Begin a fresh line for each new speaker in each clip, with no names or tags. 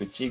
内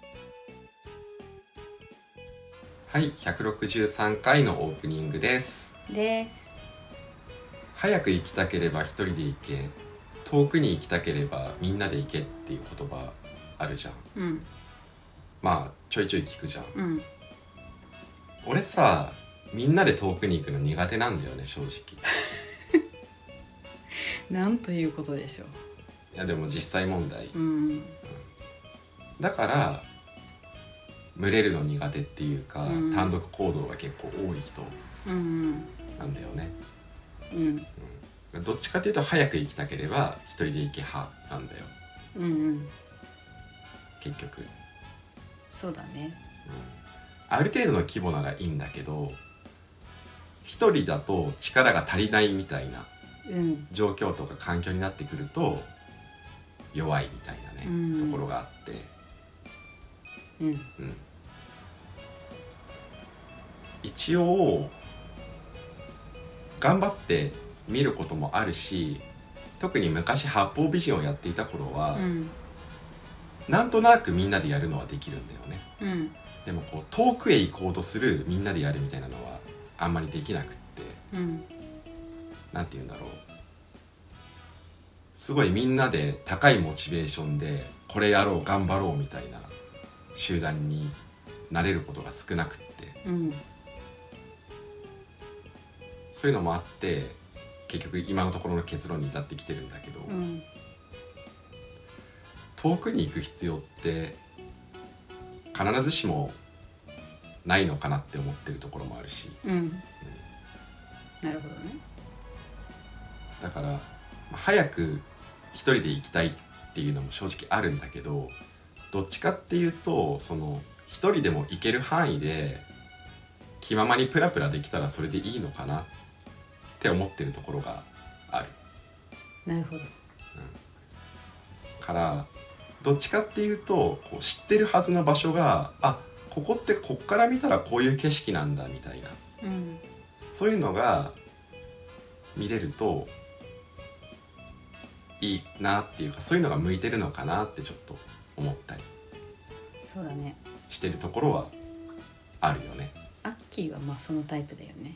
はい163回のオープニングです
です
早く行きたければ一人で行け遠くに行きたければみんなで行けっていう言葉あるじゃん
うん
まあちょいちょい聞くじゃん
うん
俺さみんなで遠くに行くの苦手なんだよね正直い
なんということでしょ
やでも実際問題
う。うん。
だから群れるの苦手っていうか、
うん
単独行動が結構多い人
うん。
なんだよね
うん。
どっちかっていうと早く行きたければ一人で行け派なんだよ
うん。うん。
結局、うん、
そうだね。
ある程度の規模ならいいんだけど一人だと力が足りないみたいな
うん。
状況とか環境になってくると弱いみたいなね、
うん
ところがあって
うん。
うん一応頑張って見ることもあるし特に昔八方美人をやっていた頃は、
うん。
なんとなくみんなでやるのはできるんだよね
うん。
でもこう遠くへ行こうとするみんなでやるみたいなのはあんまりできなくって
うん。
何て言うんだろうすごいみんなで高いモチベーションでこれやろう頑張ろうみたいな集団になれることが少なくって
うん。
そういうのもあって結局今のところの結論に至ってきてるんだけど、
うん。
遠くに行く必要って必ずしもないのかなって思ってるところもあるし
うん。なるほどね。
だからまあ早く一人で行きたいっていうのも正直あるんだけどどっちかっていうとその一人でも行ける範囲で気ままにプラプラできたらそれでいいのかなって思ってるところがある。
なるほど。
からどっちかっていうとこう知ってるはずの場所があここってこっから見たらこういう景色なんだみたいな
うん。
そういうのが見れるといいなっていうかそういうのが向いてるのかなってちょっと思ったり
そうだね。
してるところはあるよね。
アッキーはまあそのタイプだよね。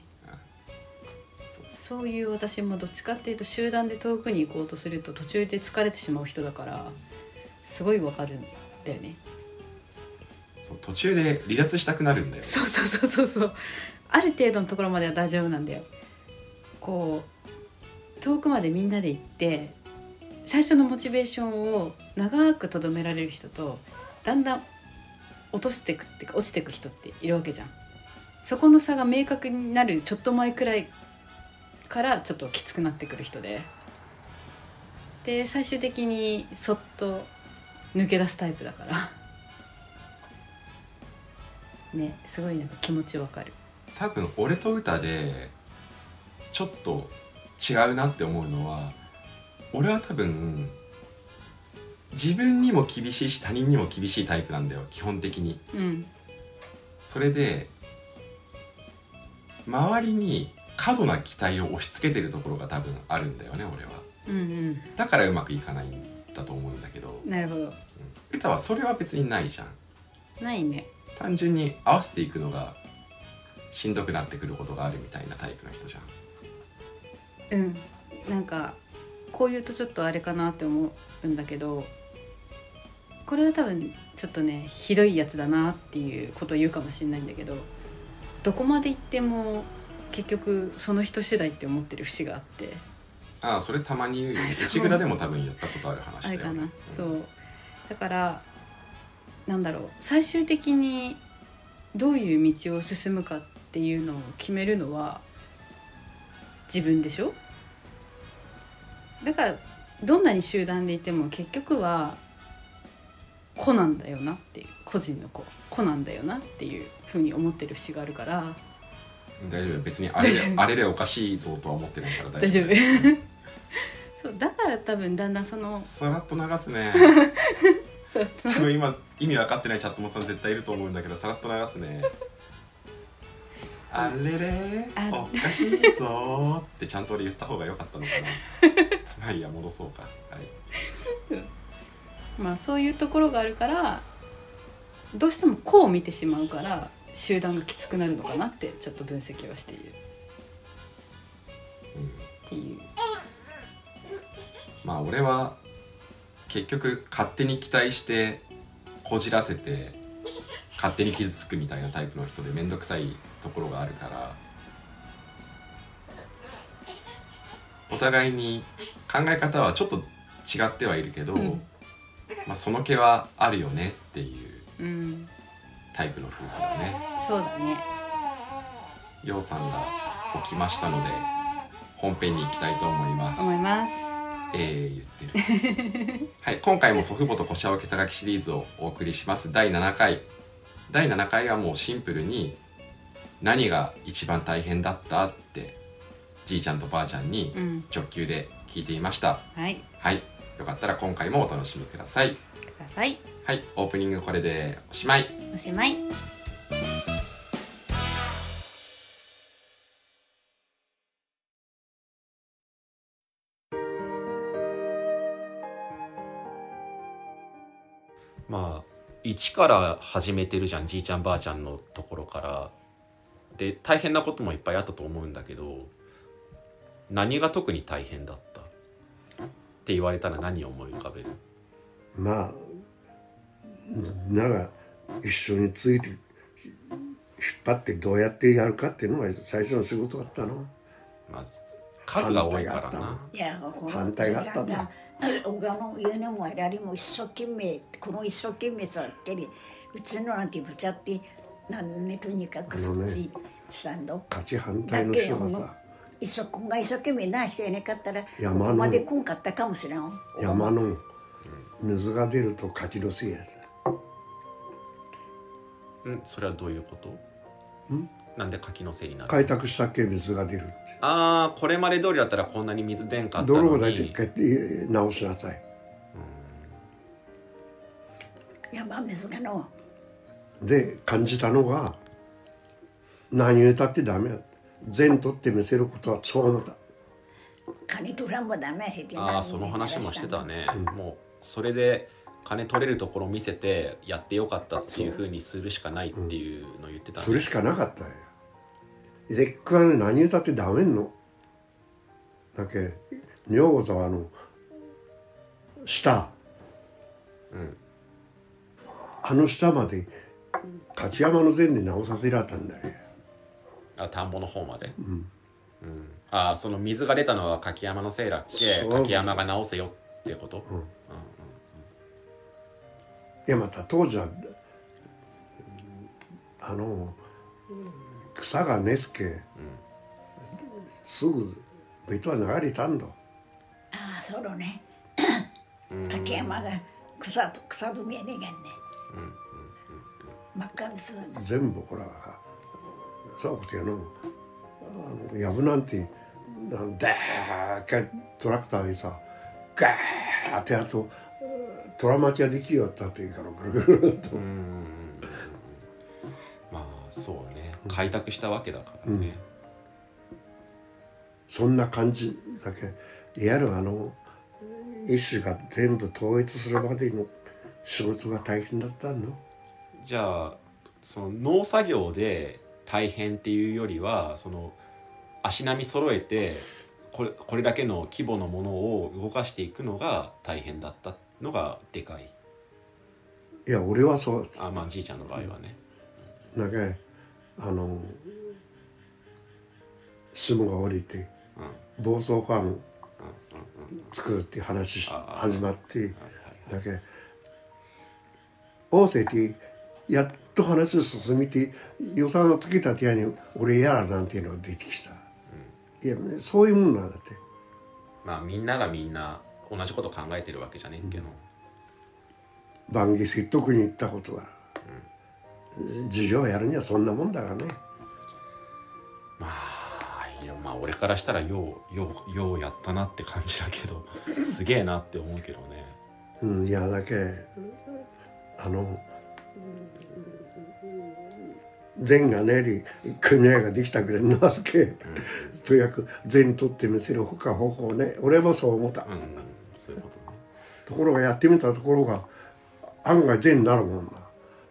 そうそ
そういう私もどっちかっていうと集団で遠くに行こうとすると途中で疲れてしまう人だからすごいわかるんだよね。
うそう途中で離脱したくなるんだよね。
そうそうそうそうそうある程度のところまでは大丈夫なんだよこう遠くまでみんなで行って最初のモチベーションを長くとどめられる人とだんだん落としてくってか落ちてく人っているわけじゃんそこの差が明確になるちょっと前くらいからちょっときつくなってくる人でで最終的にそっと抜け出すタイプだからねすごいなんか気持ちわかる
多分俺と歌でちょっと違うなって思うのは俺は多分自分にも厳しいし他人にも厳しいタイプなんだよ基本的に
うん
それで周りに過度な期待を押し付けてるところが多分あるんだよね俺は
うん
だからうまくいかないんだと思うんだけど
うんなるほど
歌はそれは別にないじゃん
ないね
単純に合わせていくのがしんどくなってくることがあるみたいなタイプの人じゃ
う
ん
んなんかこう言うとちょっとあれかなって思うんだけどこれは多分ちょっとねひどいやつだなっていうことを言うかもしれないんだけどどこまで行っても結局その人次第って思ってる節があって
ああそれたまに言うよね
そう
内蔵でも多分やったことある話
あ
だ
れ
よね
かな、そううんだからなんだろう最終的にどういう道を進むかっていうのを決めるのは自分でしょだからどんなに集団でいても結局は子なんだよなっていう個人の子子なんだよなっていうふうに思ってる節があるから
大丈夫別にあれで
大丈夫
あれでおかしいぞとは思ってないから
大丈夫 そうだから多分だんだんその
さらっと流すね
そう
多分今意味分かってないチャットモンさん絶対いると思うんだけどさらっと流すねあれれ
あ
おかしいぞーってちゃんと俺言った方が良かったのかなまあいいや戻そうかはい
まあそういうところがあるからどうしてもこう見てしまうから集団がきつくなるのかなってちょっと分析をしている
うん
っていう
まあ俺は結局勝手に期待してこじらせて勝手に傷つくみたいなタイプの人で面倒くさいところがあるからお互いに考え方はちょっと違ってはいるけど、
うん
まあ、その気はあるよねっていう
うん
タイプの夫婦だね。
そうだね
ようさんが起きましたので本編に行きたいと思います。
思います
えー、言ってるはい今回も祖父母と腰合わけさがきシリーズをお送りします第7回第7回はもうシンプルに何が一番大変だったってじいちゃんとばあちゃんに
うん
直球で聞いていました、
はい
はいよかったら今回もお楽しみください
ください
はいオープニングこれでおしまい
おしまい
まあ一から始めてるじゃんじいちゃんばあちゃんのところからで大変なこともいっぱいあったと思うんだけど何が特に大変だったって言われたら何を思い浮かべる
まあなんか一緒について引っ張ってどうやってやるかっていうのが最初の仕事だったの
まあ数が多いからな。
いやこの
反対があったんだ
小川の家の我々も一生懸命この一生懸命さっきりうちのなんてぶちゃってなんねとにかくそっちスタンド
価値反対の人が
だ
さ
け一生こんが一生懸命な人やねかったらこ
山
こ
の
までこんかったかもしれん
山の水が出ると勝ちのせいや
うんそれはどういうことなんで柿のせいになる
開拓したっけ水が出るって
ああこれまで通りだったらこんなに水電化あった
泥
の
をだけ一
に
回えー直しなさい
山水がの
で感じたのが何言うたってダメだ善取って見せることはそう思った
金取らんばダメへて
ああその話もしてたね、もうそれで金取れるところ見せてやってよかったっていうふうにするしかないっていうのを言ってたね
それしかなかったんやでっかい何歌ってダメんのだけ女房とあの下、あの下まで勝山の前で直させられたんだよ
あ田んぼの方まで、うんああその水が出たのは柿山のせいだっけ
そう
柿山が直せよってこと、
いやまた当時はあの草が根付け、すぐベトは流れたんだ
ああそうだね竹山が草と草止めやねえがんね真っ赤にする
全部ほらそうことやのあのやぶなんてなんでーっかいトラクターにさガーってあと虎巻きができるようになったっていうから ぐるぐるぐるっと
まあそうね開拓したわけだからね、
そんな感じだけリアルあの一種が全部統一するまでの仕事が大変だったの
じゃあその農作業で大変っていうよりはその足並み揃えてこれこれだけの規模のものを動かしていくのが大変だったのがでかい
いや俺はそう
あまあじいちゃんの場合はね
だけあの霜が降りて
うんうんうん
暴走感
うん
作るっていう話し
ああ
始まって
はいはい
だけ大勢ってやっと話を進めて予算をつけた手やに俺やらなんていうのが出てきた、いやそういうもんなんだって
まあみんながみんな同じこと考えてるわけじゃねえけど、
番下説得に行ったことは、事情をやるにはそんなもんだからね
まあいやまあ俺からしたらようようようやったなって感じだけどすげえなって思うけどね
うん、いやだけあの善がねり組合ができたぐらいのすけ、とにかく善取ってみせるほか方法ね俺もそう思った、
うん、うん、そういうことね
ところがやってみたところが案外善になるもんな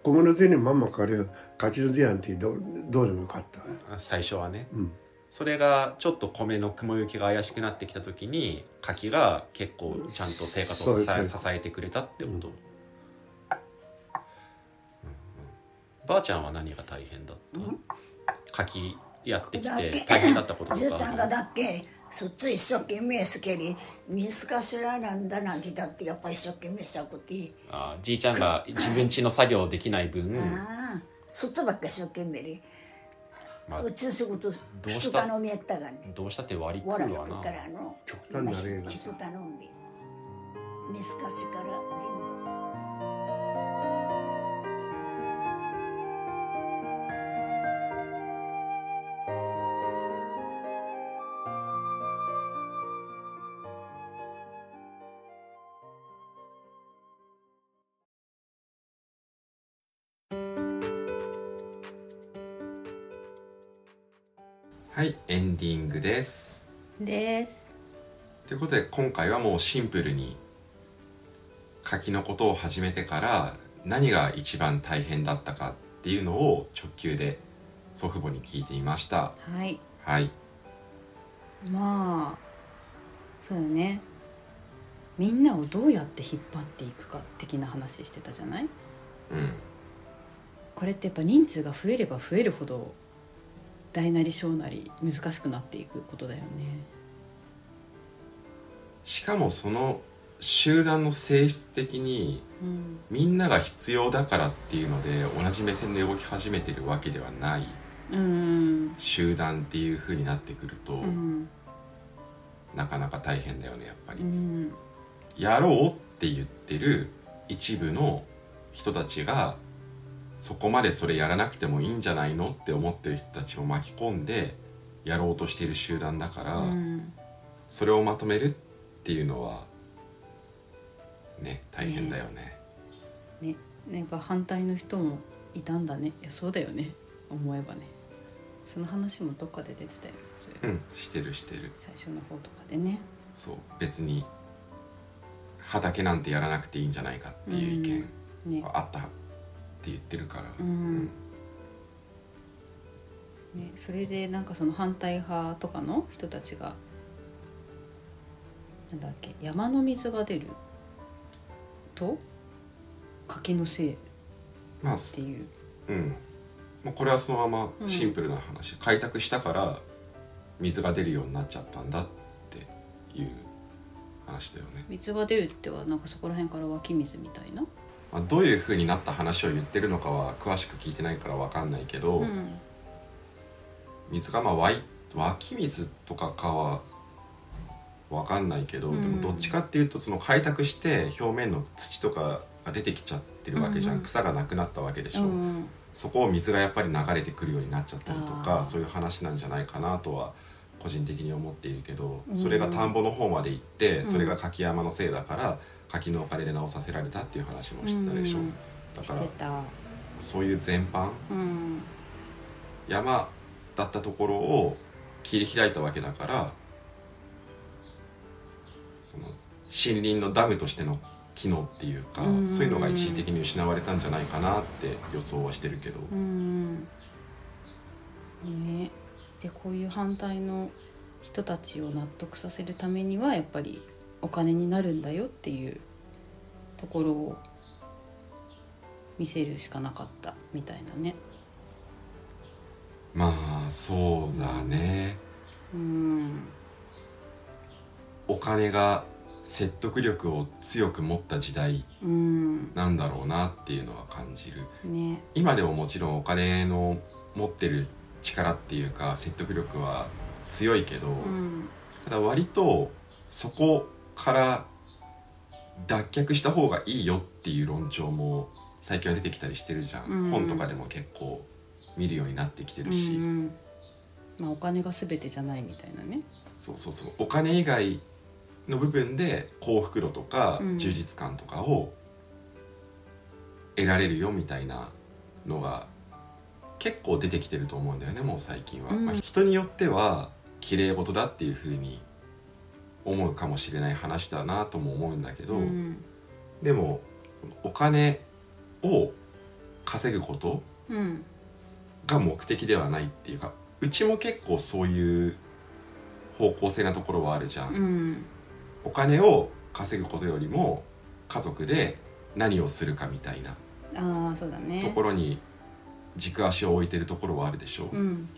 米の善にまんまかかるよ勝ちの善なんてどうどうでもよかった
あ最初はね、
うん
それがちょっと米の雲行きが怪しくなってきた時に柿が結構ちゃんと生活を支
そう
え
です
支
ね
えてくれたってこと、うんうんばあちゃんは何が大変だった、柿やってきて大変だったこと
じい
と
ち
か
ゃ
あ
ん
る
がだっけそっち一生懸命すけり水かしらなんだなんてだってやっぱ一生懸命したことい
あじいちゃんが自分ちの作業できない分、
ああそっちばっか一生懸命で
まあ、
うちの仕事
うした
人頼みやったがね
どうしたって割り
わ
食
ら
う
すく
わな
からの
極端な例
今
が
人頼んで水かしから全部
はいエンディングです
です
ということで今回はもうシンプルに柿のことを始めてから何が一番大変だったかっていうのを直球で祖父母に聞いてみました
はい
はい
まあそうよねみんなをどうやって引っ張っていくか的な話してたじゃない
うん
これってやっぱ人数が増えれば増えるほど大なり小なり難しくなっていくことだよね
しかもその集団の性質的に
うん
みんなが必要だからっていうので同じ目線で動き始めてるわけではない
うん
集団っていう風になってくると、
うん
なかなか大変だよねやっぱり、
うん
やろうって言ってる一部の人たちがそこまでそれやらなくてもいいんじゃないのって思ってる人たちを巻き込んでやろうとしている集団だから、
うん
それをまとめるっていうのはね大変だよね、
ねやっぱ反対の人もいたんだねいやそうだよね思えばねその話もどっかで出てたよねそういう
うんしてるしてる
最初の方とかでね
そう別に畑なんてやらなくていいんじゃないかっていう意見
ね
はあったって言ってるから、
うんね、それでなんかその反対派とかの人たちがなんだっけ山の水が出ると柿のせいっ
まあ
ていう
うん、もうこれはそのままシンプルな話、開拓したから水が出るようになっちゃったんだっていう話だよね、
水が出るってはなんかそこら辺から湧き水みたいな、
まあ、どういう風になった話を言ってるのかは詳しく聞いてないからわかんないけど、
うん、
水がまあ湧い湧き水とかかはわかんないけど、
うん
でもどっちかっていうとその開拓して表面の土とかが出てきちゃってるわけじゃん、
うんうん
草がなくなったわけでし
う
ょ、
ん、
そこを水がやっぱり流れてくるようになっちゃったりと
あー
かそういう話なんじゃないかなとは個人的に思っているけど、
うん
それが田んぼの方まで行って、
うん
それが柿山のせいだから柿のお金で直させられたっていう話もしてたでしょ、
うん
だ
し
から
てた、
そういう全般
うん、
山だったところを切り開いたわけだからその森林のダムとしての機能っていうか、
うん
そういうのが一時的に失われたんじゃないかなって予想はしてるけど。
うんねでこういう反対の人たちを納得させるためにはやっぱりお金になるんだよっていうところを見せるしかなかったみたいなね
まあそうだね
うん
お金が説得力を強く持った時代
うん
なんだろうなっていうのは感じる
ね
今でももちろんお金の持ってる力っていうか説得力は強いけど、
うん
ただ割とそこから脱却した方がいいよっていう論調も最近は出てきたりしてるじゃん、
うん
本とかでも結構見るようになってきて
う
るし、
んまあお金が全てじゃないみたいなね
そうそうそうお金以外の部分で幸福度とか
うん
充実感とかを得られるよみたいなのが結構出てきてると思うんだよねもう最近は、
うん
まあ、人によっては綺麗事だっていうふうに思うかもしれない話だなとも思うんだけど、
ん
でもお金を稼ぐこと
うん
が目的ではないっていうかうちも結構そういう方向性なところはあるじゃん、
うん
お金を稼ぐことよりも家族で何をするかみたいな
ああそうだね
ところに軸足を置いてるところはあるでしょう、
うん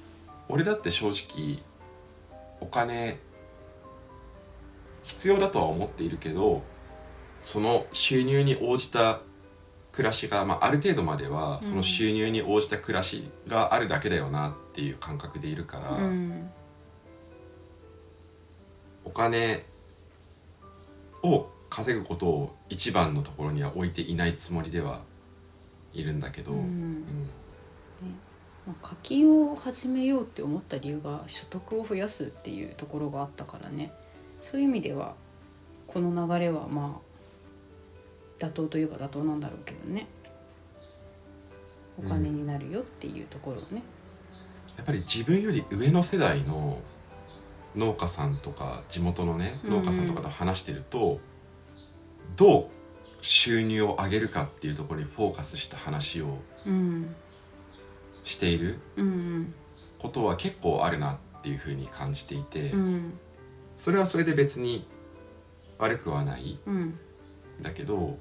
俺だって正直お金必要だとは思っているけどその収入に応じた暮らしが、まあ、ある程度まではその収入に応じた暮らしがあるだけだよなっていう感覚でいるから、
うん
お金を稼ぐことを一番のところには置いていないつもりではいるんだけど、
う
うんん
まあ課金を始めようって思った理由が所得を増やすっていうところがあったからねそういう意味ではこの流れはまあ妥当といえば妥当なんだろうけどねお金になるよっていうところをね、
やっぱり自分より上の世代の農家さんとか地元のね
うん
農家さんとかと話してると、どう収入を上げるかっていうところにフォーカスした話を
うん、
している
うん
ことは結構あるなっていうふうに感じていて、
うん
それはそれで別に悪くはない
うん
だけどその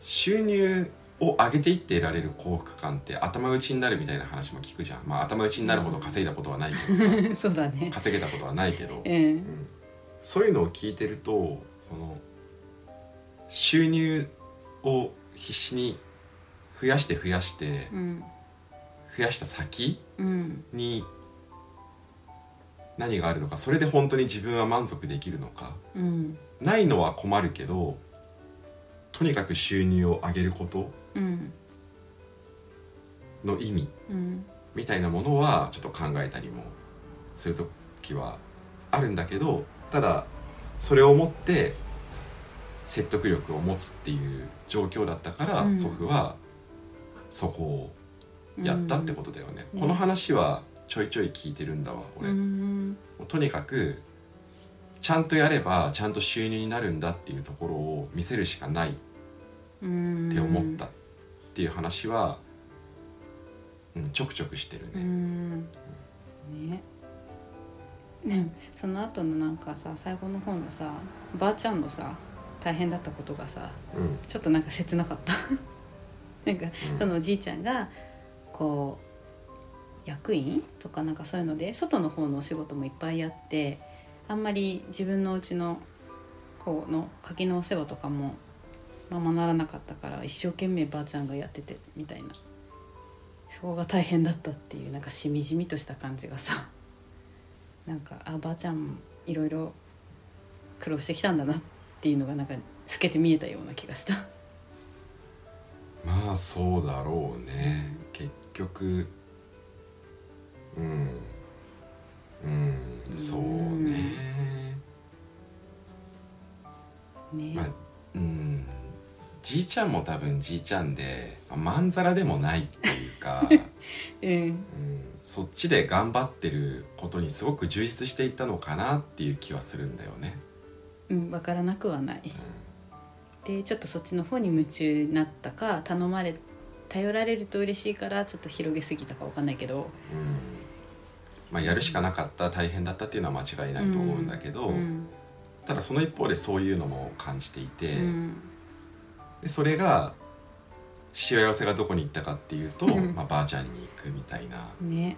収入を上げていって得られる幸福感って頭打ちになるみたいな話も聞くじゃんまあ頭打ちになるほど稼いだことはないけどさ
そうだね
稼げたことはないけど、
ええ
うんそういうのを聞いてるとその収入を必死に増やして増やして
うん
増やした先
うん
に何があるのかそれで本当に自分は満足できるのか
うん
ないのは困るけどとにかく収入を上げること
うん
の意味
うん
みたいなものはちょっと考えたりもする時はあるんだけどただそれをもって説得力を持つっていう状況だったから、
うん
祖父はそこをやったってことだよね、
うん
この話はちょいちょい聞いてるんだわ
う
俺、
ん
とにかくちゃんとやればちゃんと収入になるんだっていうところを見せるしかない
うん
って思ったっていう話は、うん、ちょくちょくしてる
う
ね。
んねねその後のなんかさ最後の方のさばあちゃんのさ大変だったことがさ
うん
ちょっとなんか切なかった なんか
うん
そのおじいちゃんがこう役員とかなんかそういうので外の方のお仕事もいっぱいやってあんまり自分のうちのこうの柿のお世話とかもままならなかったから一生懸命ばあちゃんがやっててみたいなそこが大変だったっていうなんかしみじみとした感じがさ なんかあばあちゃんもいろいろ苦労してきたんだなっていうのがなんか透けて見えたような気がした。
まあそうだろうね結局うんうんそうね
ね、
まあうんじいちゃんも多分じいちゃんでまあまんざらでもないっていう か、
うん
うん、そっちで頑張ってることにすごく充実していったのかなっていう気はするんだよね。
うん、分からなくはないでちょっとそっちの方に夢中になったか頼まれ頼られると嬉しいからちょっと広げすぎたかわかんないけど
うんまあ、やるしかなかった大変だったっていうのは間違いないと思うんだけど、
うん
ただその一方でそういうのも感じていて、
うん
でそれがしわ寄せがどこに行ったかっていうと、
うん
まあ、ばあちゃんに行くみたいな
ね、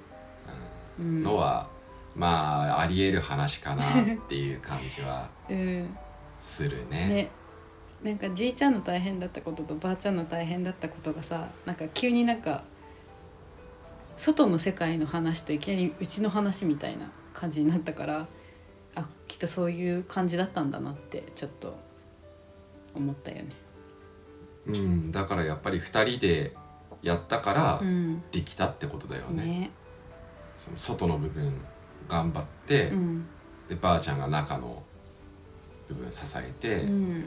うん
のは、まあありえる話かなっていう感じは
うん
するね。
ねなんかじいちゃんの大変だったこととばあちゃんの大変だったことがさなんか急になんか外の世界の話といきなりうちの話みたいな感じになったからあきっとそういう感じだったんだなってちょっと思ったよね。
うん、だからやっぱり2人でやったから
うん、
できたってことだよね。
ね
その外の部分頑張って、
うん
でばあちゃんが中の部分支えて、
う
うん
ん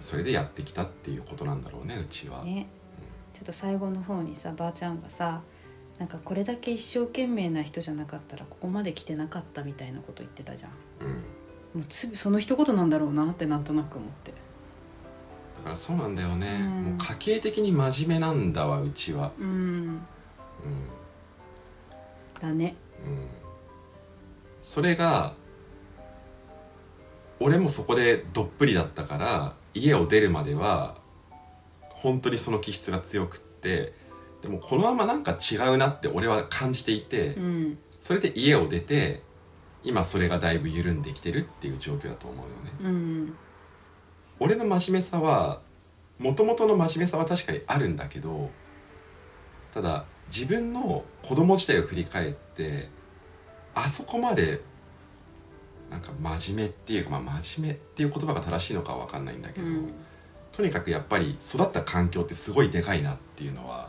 それでやってきたっていうことなんだろうねうちは。
ね、ちょっと最後の方にさばあちゃんがさなんかこれだけ一生懸命な人じゃなかったらここまで来てなかったみたいなこと言ってたじゃん
うん、
もうつぶその一言なんだろうなってなんとなく思って
だからそうなんだよ
う
ね、
ん
もう家計的に真面目なんだわうちは。
うん
う
だね
んうん、それが俺もそこでどっぷりだったから家を出るまでは本当にその気質が強くってでもこのままなんか違うなって俺は感じていて。
うん
それで家を出て今それがだいぶ緩んできてるっていう状況だと思うよ
う
ね
ん
俺の真面目さはもともとの真面目さは確かにあるんだけどただ自分の子供時代を振り返ってあそこまでなんか真面目っていうか、まあ、真面目っていう言葉が正しいのかは分かんないんだけ
う
ど、
ん
とにかくやっぱり育った環境ってすごいでかいなっていうのは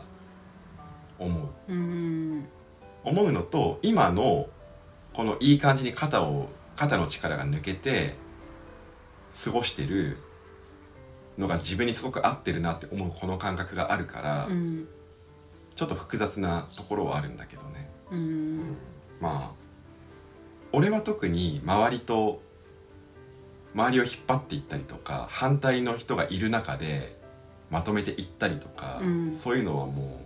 思う
うん
思うのと今のこのいい感じに肩を肩の力が抜けて過ごしてるのが自分にすごく合ってるなって思うこの感覚があるから、
うん
ちょっと複雑なところはあるんだけどね
うん
まあ俺は特に周りと周りを引っ張っていったりとか反対の人がいる中でまとめていったりとか、
うん
そういうのはもう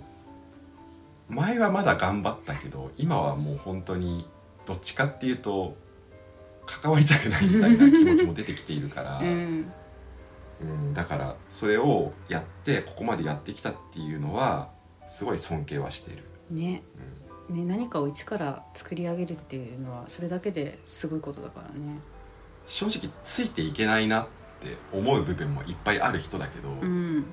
前はまだ頑張ったけど今はもう本当にどっちかっていうと関わりたくないみたいな気持ちも出てきているから、
うん
うんだからそれをやってここまでやってきたっていうのはすごい尊敬はしている。
ねね何かを一から作り上げるっていうのはそれだけですごいことだからね
正直ついていけないなって思う部分もいっぱいある人だけど、
うん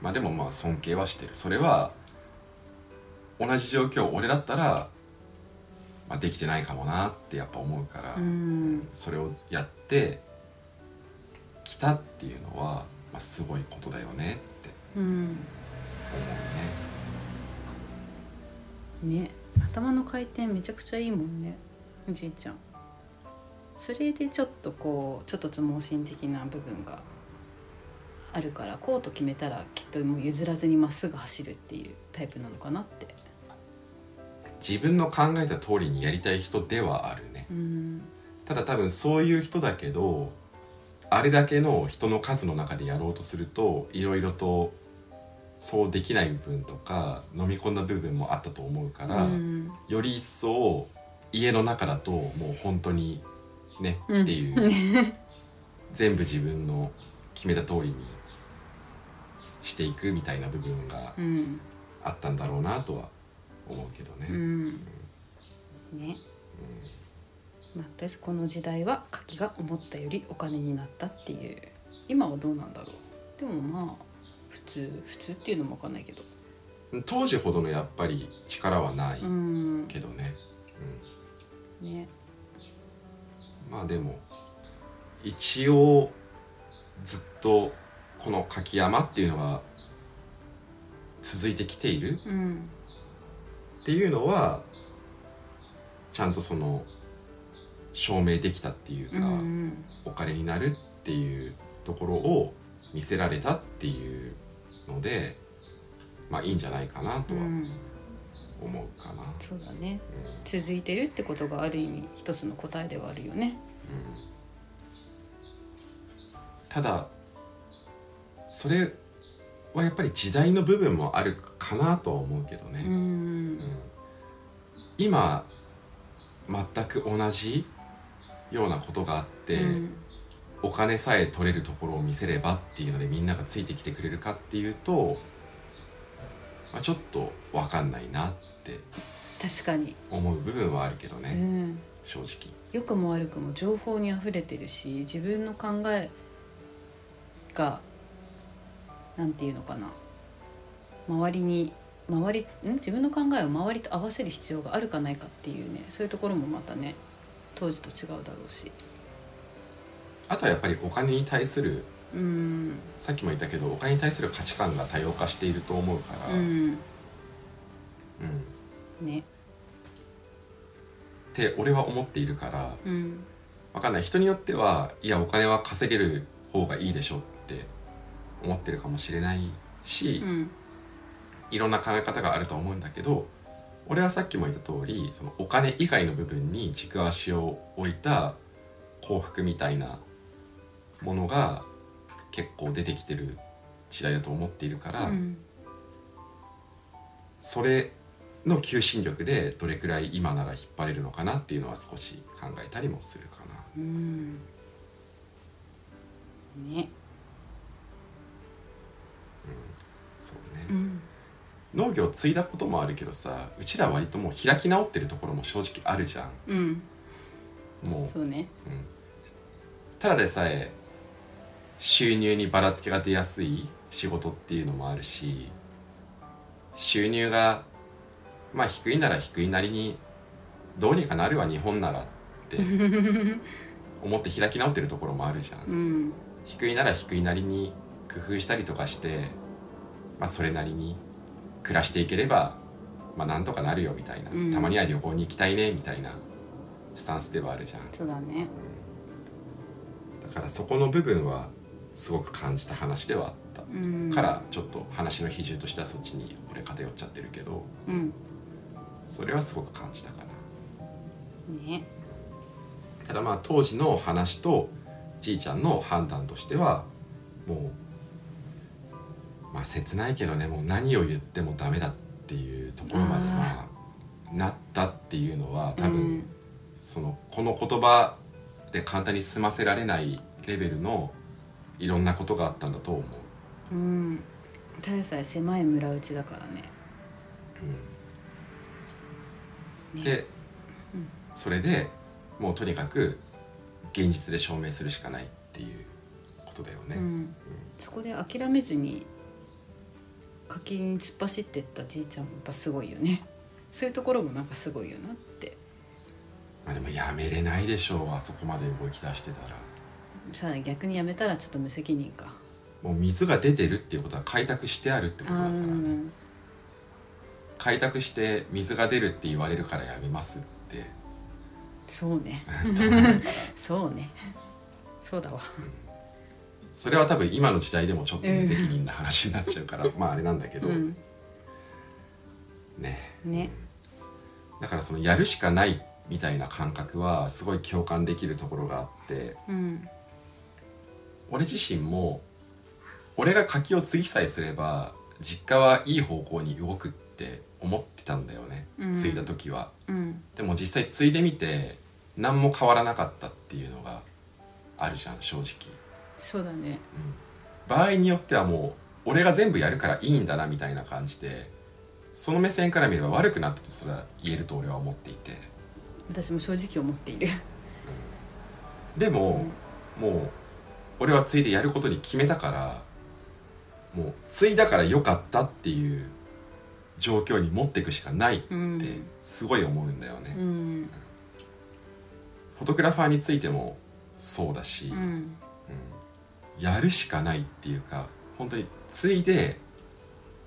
まあでもまあ尊敬はしてるそれは同じ状況俺だったら、まあ、できてないかもなってやっぱ思うから、
うん
それをやってきたっていうのは、まあ、すごいことだよねって
うん
思う
ね頭の回転めちゃくちゃいいもんねおじいちゃんそれでちょっとこうちょっとつ盲信的な部分があるからこうと決めたらきっともう譲らずにまっすぐ走るっていうタイプなのかなって
ね自分の考えた通りにやりたい人ではあるね
うん
ただ多分そういう人だけどあれだけの人の数の中でやろうとするといろいろとそうできない部分とか飲み込んだ部分もあったと思うから、
うん
より一層家の中だともう本当にね、
うん
っていう 全部自分の決めた通りにしていくみたいな部分が
うん
あったんだろうなとは思うけどね。
うんねまあ私この時代は牡蠣が思ったよりお金になったっていう今はどうなんだろうでもまあ普通普通っていうのも分かんないけど
当時ほどのやっぱり力はない
うん
けどね、うん
ね
まあでも一応ずっとこの柿山っていうのが続いてきている
うん
っていうのはちゃんとその証明できたっていう
う
か、
ん
お金になるっていうところを見せられたっていうのでまあいいんじゃないかな
う
とは
ん
思うかな。
そうだね
うん
続いてるってことがある意味一つの答えではあるよね
ただそれはやっぱり時代の部分もあるかなとは思うけど
う
ね、
ん
うん今全く同じようなことがあって、
うん
お金さえ取れるところを見せればっていうのでみんながついてきてくれるかっていうと、まあ、ちょっと分かんないなって
確かに、
思う部分はあるけどね、
うん、
正直
良くも悪くも情報にあふれてるし自分の考えがなんていうのかな周りに周りん自分の考えを周りと合わせる必要があるかないかっていうねそういうところもまたね当時と違うだろうし
あとはやっぱりお金に対する
うん
さっきも言ったけどお金に対する価値観が多様化していると思うから、
う
うんっ
んね
て俺は思っているから
うん
わかんない人によってはいやお金は稼げる方がいいでしょって思ってるかもしれないし、
うん
いろんな考え方があると思うんだけど俺はさっきも言った通りそのお金以外の部分に軸足を置いた幸福みたいなものが結構出てきてる時代だと思っているから、
うん
それの求心力でどれくらい今なら引っ張れるのかなっていうのは少し考えたりもするかな。
うんね
そうね、
うん
農業継いだこともあるけどさうちら割ともう開き直ってるところも正直あるじゃ
うん
んもう
そうね
ただでさえ収入にばらつきが出やすい仕事っていうのもあるし収入がまあ低いなら低いなりにどうにかなるわ日本ならって思って開き直ってるところもあるじゃん
うん
低いなら低いなりに工夫したりとかして、まあ、それなりに暮らしていければ、まあ、なんとかなるよみたいな、
うん
たまには旅行に行きたいねみたいなスタンスではあるじゃん
そうだね
だからそこの部分はすごく感じた話ではあった、
うん
からちょっと話の比重としてはそっちに俺偏っちゃってるけど
うん
それはすごく感じたかな
ね
ただまあ当時の話とじいちゃんの判断としてはもうまあ切ないけどねもう何を言ってもダメだっていうところまでまあなったっていうのは多分、
うん
そのこの言葉で簡単に済ませられないレベルのいろんなことがあったんだと思
う
う、
んたださえ狭い村内だからね
うん、
ね
で、それでもうとにかく現実で証明するしかないっていうことだよね、
うん、そこで諦めずに課金に突っ走ってったじいちゃんもやっぱすごいよねそういうところもなんかすごいよなって
まあ、でもやめれないでしょうあそこまで動き出してたら
さあ逆にやめたらちょっと無責任か
もう水が出てるっていうことは開拓してあるってことだ
あ
からね、
ー
開拓して水が出るって言われるからやめますって
そうね そうねそうだわ
それは多分今の時代でもちょっと無責任な話になっちゃうから、まああれなんだけど、
うん
ね
ね
だからそのやるしかないみたいな感覚はすごい共感できるところがあって
うん
俺自身も俺が柿を継ぎさえすれば実家はいい方向に動くって思ってたんだよね、
うん
継いだ時は
うん
でも実際継いでみて何も変わらなかったっていうのがあるじゃん正直
そうだね
場合によってはもう俺が全部やるからいいんだなみたいな感じでその目線から見れば悪くなったとすら言えると俺は思っていて
私も正直思っている
でも、もう俺は継いでやることに決めたからもう継いだから良かったっていう状況に持っていくしかないって
うん
すごい思うんだよね、
うん
フォトグラファーについてもそうだし、
うん
やるしかないっていうか本当に継いで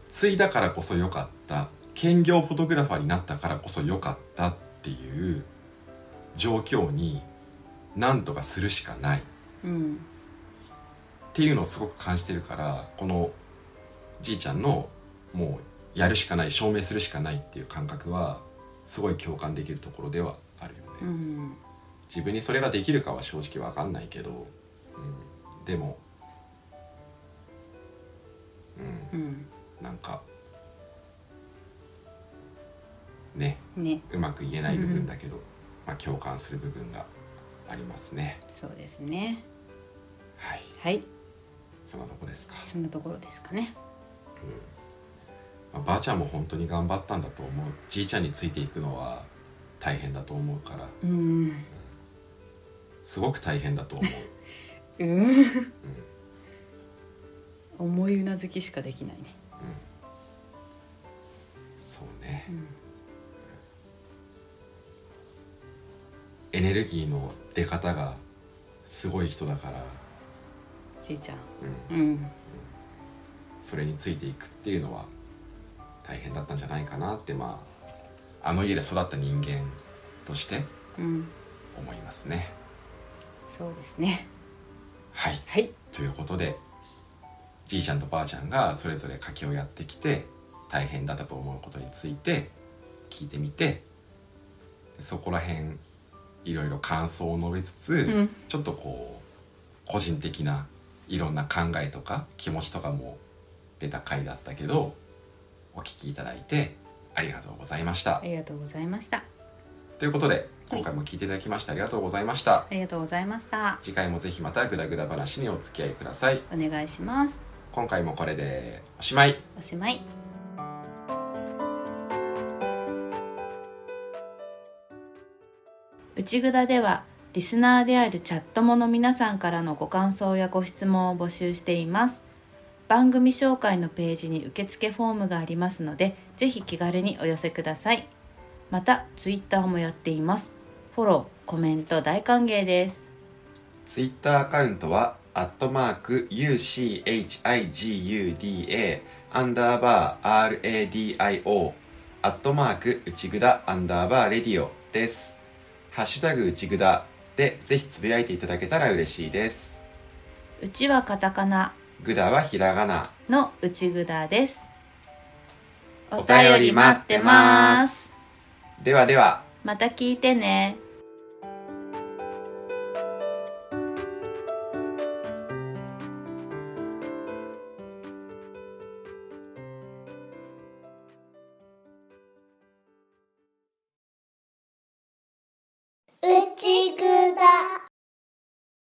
継いだからこそ良かった兼業フォトグラファーになったからこそ良かったっていう状況に何とかするしかないっ
うん
ていうのをすごく感じてるからこのじいちゃんのもうやるしかない証明するしかないっていう感覚はすごい共感できるところではあるよね。
うん
自分にそれができるかは正直わかんないけど、うん、でも
うん
なんかね
ね
うまく言えない部分だけど、まあ、共感する部分がありますね。
そうですね
はい
はい
そんなとこですか、
そんなところですかね
まあ、ばあちゃんも本当に頑張ったんだと思うじいちゃんについていくのは大変だと思うから
うん
すごく大変だと 思う
うん思いうなずきしかできないね
そうね、エネルギーの出方がすごい人だから
じいちゃんうん
それについていくっていうのは大変だったんじゃないかなってまああの家で育った人間として
うん
思いますね
そうですね
はい
はい
ということでじいちゃんとばあちゃんがそれぞれ柿をやってきて大変だったと思うことについて聞いてみてそこら辺いろいろ感想を述べつつ、
ん
ちょっとこう個人的ないろんな考えとか気持ちとかも出た回だったけどお聞きいただいてありがとうございました
あ。りがとうございました
ということで今回も聞いていただきましてありがとうございました。
ありがとうございました
次回もぜひまたグダグダ話にお付き合いください。
お願いします
今回もこれでおしまい。
おしまい
内ぐだではリスナーであるチャットもの皆さんからのご感想やご質問を募集しています番組紹介のページに受付フォームがありますのでぜひ気軽にお寄せくださいまたツイッターもやっていますフォローコメント大歓迎です
ツイッターアカウントは、アットマーク UCHIGUDA アンダーバー RADIO アットマーク内ぐだアンダーバーレディオです。ハッシュタグ内ぐだでぜひつぶやいていただけたら嬉しいです。
うちはカタカナ
ぐだはひらがな。
の内ぐだです
お便り待ってますではでは。
また聞いてね
うちぐだ